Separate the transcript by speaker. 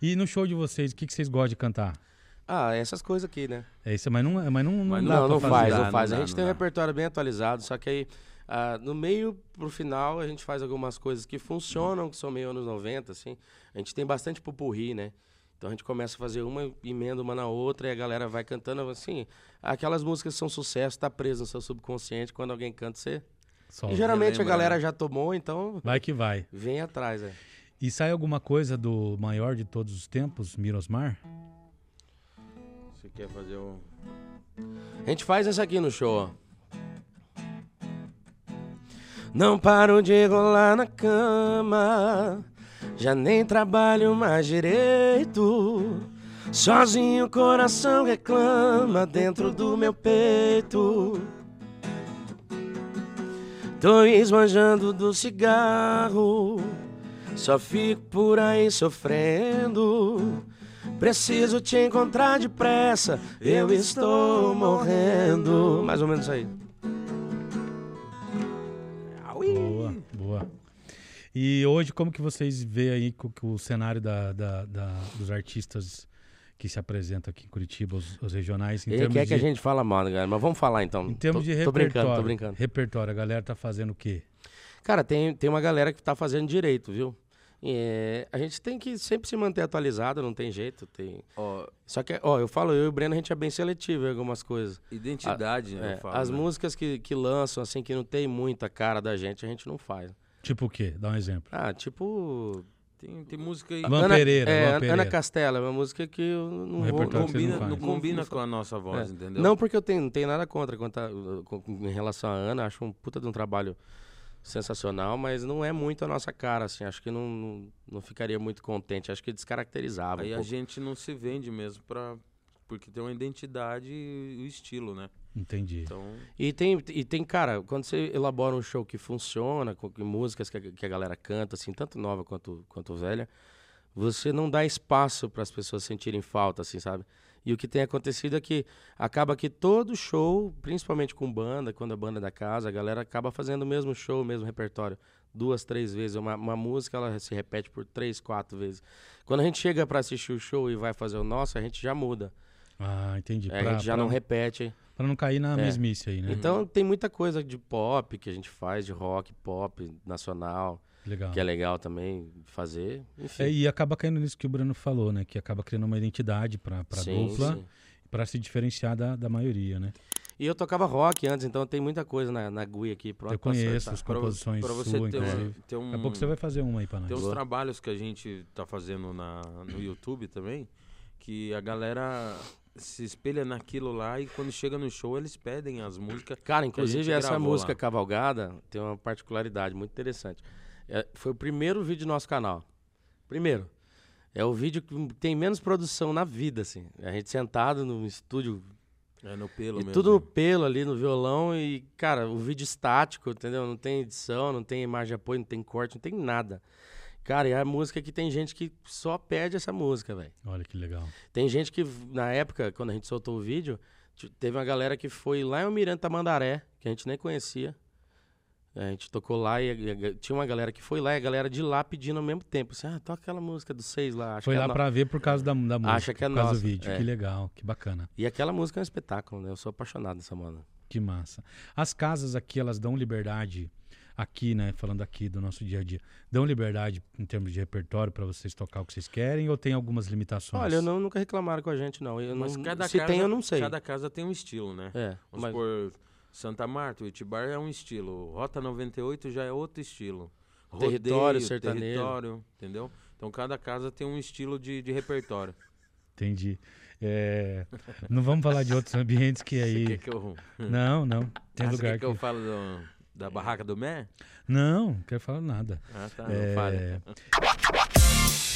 Speaker 1: E no show de vocês, o que, que vocês gostam de cantar?
Speaker 2: Ah, essas coisas aqui, né?
Speaker 1: É isso, mas não, mas não,
Speaker 2: Mas
Speaker 1: dá
Speaker 2: não,
Speaker 1: pra fazer. né?
Speaker 2: não faz,
Speaker 3: Dá,
Speaker 2: não
Speaker 3: não
Speaker 2: faz.
Speaker 3: dá,
Speaker 2: a gente
Speaker 3: não
Speaker 2: tem um
Speaker 3: dá.
Speaker 2: repertório bem atualizado, só que aí ah, no meio pro final a gente faz algumas coisas que funcionam, que são meio anos 90, assim. A gente tem bastante pupurri, né? Então a gente começa a fazer uma, emenda uma na outra, e a galera vai cantando, assim. Aquelas músicas que são sucesso, tá preso no seu subconsciente, quando alguém canta, você.
Speaker 1: Só.
Speaker 2: E geralmente a
Speaker 3: relembra,
Speaker 2: galera
Speaker 3: né?
Speaker 2: já tomou, então
Speaker 1: Vai que vai.
Speaker 2: vem atrás, né?
Speaker 1: E sai alguma coisa do maior de todos os tempos, Mirosmar?
Speaker 3: Você quer fazer um.
Speaker 2: A gente faz essa aqui no show, ó. Não paro de rolar na cama, já nem trabalho mais direito. Sozinho o coração reclama dentro do meu peito. Tô esbanjando do cigarro, só fico por aí sofrendo. Preciso te encontrar depressa, eu estou morrendo. Mais ou menos isso aí.
Speaker 1: Boa, boa. E hoje, como que vocês vê aí co- que o cenário da- da- da- dos artistas que se apresentam aqui em Curitiba, os, os regionais, em
Speaker 2: Ele
Speaker 1: termos,
Speaker 2: quer
Speaker 1: de,
Speaker 2: que a gente fala mal, né, galera, mas vamos falar então.
Speaker 1: em termos
Speaker 2: tô,
Speaker 1: de
Speaker 2: Tô
Speaker 1: repertório?
Speaker 2: brincando, tô brincando.
Speaker 1: Repertório, a galera tá fazendo o quê?
Speaker 2: Cara, tem, tem uma galera que tá fazendo direito, viu? É, a gente tem que sempre se manter atualizado, não tem jeito. Tem...
Speaker 3: Ó,
Speaker 2: Só que, ó, eu falo, eu e o Breno, a gente é bem seletivo em algumas coisas.
Speaker 3: identidade, né?
Speaker 2: É,
Speaker 3: eu falo,
Speaker 2: as
Speaker 3: né?
Speaker 2: músicas que, que lançam, assim, que não tem muita cara da gente, a gente não faz.
Speaker 1: Tipo o quê? Dá um exemplo.
Speaker 2: Ah, tipo.
Speaker 3: Tem, tem música aí.
Speaker 1: Van Pereira,
Speaker 2: é,
Speaker 1: Van Pereira.
Speaker 2: Ana Castela, é uma música que eu não
Speaker 1: Um
Speaker 2: vou.
Speaker 1: repertório
Speaker 2: não
Speaker 1: que vocês
Speaker 3: Combina,
Speaker 1: não
Speaker 3: não,
Speaker 1: fazem.
Speaker 3: combina com a nossa voz,
Speaker 2: É.
Speaker 3: entendeu?
Speaker 2: Não, porque eu tenho, não tenho nada contra quanto a- com- em relação à Ana, acho um puta de um trabalho sensacional, mas não é muito a nossa cara, assim, acho que não, não, não ficaria muito contente, acho que descaracterizava. um
Speaker 3: Aí a
Speaker 2: pouco.
Speaker 3: gente não se vende mesmo pra. Porque tem uma identidade e o estilo, né?
Speaker 1: Entendi.
Speaker 3: Então.
Speaker 2: E, tem, e tem, cara, quando você elabora um show que funciona, com que músicas que a, que a galera canta, assim, tanto nova quanto, quanto velha, você não dá espaço para as pessoas sentirem falta, assim, sabe? E o que tem acontecido é que acaba que todo show, principalmente com banda, quando a banda é da casa, a galera acaba fazendo o mesmo show, o mesmo repertório, duas, três vezes. Uma, uma música ela se repete por três, quatro vezes. Quando a gente chega para assistir o show e vai fazer o nosso, a gente já muda.
Speaker 1: Ah, entendi.
Speaker 2: É, a gente já
Speaker 1: pra,
Speaker 2: não repete.
Speaker 1: pra não cair na
Speaker 2: É.
Speaker 1: mesmice aí, né?
Speaker 2: Então tem muita coisa de pop que a gente faz, de rock, pop, nacional,
Speaker 1: Legal.
Speaker 2: que é legal também fazer. Enfim.
Speaker 1: É, e acaba caindo nisso que o Bruno falou, né? Que acaba criando uma identidade pra, pra
Speaker 2: Sim,
Speaker 1: dupla,
Speaker 2: sim.
Speaker 1: pra se diferenciar da, da maioria, né?
Speaker 2: E eu tocava rock antes, então tem muita coisa na, na GUI aqui. Pronto
Speaker 1: Eu
Speaker 2: pra
Speaker 1: conheço
Speaker 2: soltar.
Speaker 1: as composições
Speaker 3: pra você
Speaker 1: suas,
Speaker 3: ter uma-
Speaker 1: inclusive.
Speaker 3: ter um,
Speaker 1: Daqui a pouco você vai fazer uma aí pra nós.
Speaker 3: Tem uns
Speaker 2: Boa.
Speaker 3: trabalhos que a gente tá fazendo na, no YouTube também, que a galera se espelha naquilo lá e quando chega no show eles pedem as músicas.
Speaker 2: Cara, inclusive essa
Speaker 3: gravou
Speaker 2: música
Speaker 3: lá.
Speaker 2: Cavalgada tem uma particularidade muito interessante. É, foi o primeiro vídeo do nosso canal. Primeiro. É o vídeo que tem menos produção na vida, assim. A gente sentado no estúdio
Speaker 3: É no
Speaker 2: E
Speaker 3: pelo mesmo.
Speaker 2: tudo no pelo ali no violão e, cara, o vídeo estático, entendeu? Não tem edição, não tem imagem de apoio, não tem corte, não tem nada. Cara, e a música que tem gente que só pede essa música, velho.
Speaker 1: Olha que legal.
Speaker 2: Tem gente que, na época, quando a gente soltou o vídeo, te- teve uma galera que foi lá em Almirante Tamandaré, que a gente nem conhecia. A gente tocou lá e, e- e tinha uma galera que foi lá e a galera de lá pedindo ao mesmo tempo. Assim, ah, toca aquela música dos seis lá. Acho
Speaker 1: Foi
Speaker 2: que é
Speaker 1: lá
Speaker 2: no-
Speaker 1: pra ver por causa da, da música.
Speaker 2: Acha que é
Speaker 1: por causa
Speaker 2: nossa,
Speaker 1: do vídeo.
Speaker 2: é.
Speaker 1: Que legal, que bacana.
Speaker 2: E aquela música é um espetáculo, né? Eu sou apaixonado nessa moda.
Speaker 1: Que massa. As casas aqui, elas dão liberdade, aqui, né? Falando aqui do nosso dia a dia, dão liberdade em termos de repertório pra vocês tocar o que vocês querem ou tem algumas limitações?
Speaker 2: Olha, eu não, nunca reclamaram com a gente, não. Eu
Speaker 3: Mas
Speaker 2: não
Speaker 3: cada
Speaker 2: se
Speaker 3: casa,
Speaker 2: tem, eu não sei.
Speaker 3: Cada casa tem um estilo, né?
Speaker 2: É,
Speaker 3: Vamos
Speaker 2: mas
Speaker 3: supor, Santa Marta, o Itibar é um estilo, Rota 98 já é outro estilo.
Speaker 2: Território, sertanejo.
Speaker 3: Território, entendeu? Então cada casa tem um estilo de, de repertório.
Speaker 1: Entendi. É, Não vamos falar de outros ambientes que
Speaker 3: Você
Speaker 1: aí.
Speaker 3: quer que eu,
Speaker 1: Não, não. Tem
Speaker 3: Ah, você quer
Speaker 1: lugar
Speaker 3: que
Speaker 1: que.
Speaker 3: eu falo do- da barraca do Mé?
Speaker 1: Não, não quero falar nada.
Speaker 3: Ah, tá.
Speaker 1: É,
Speaker 3: Não fale.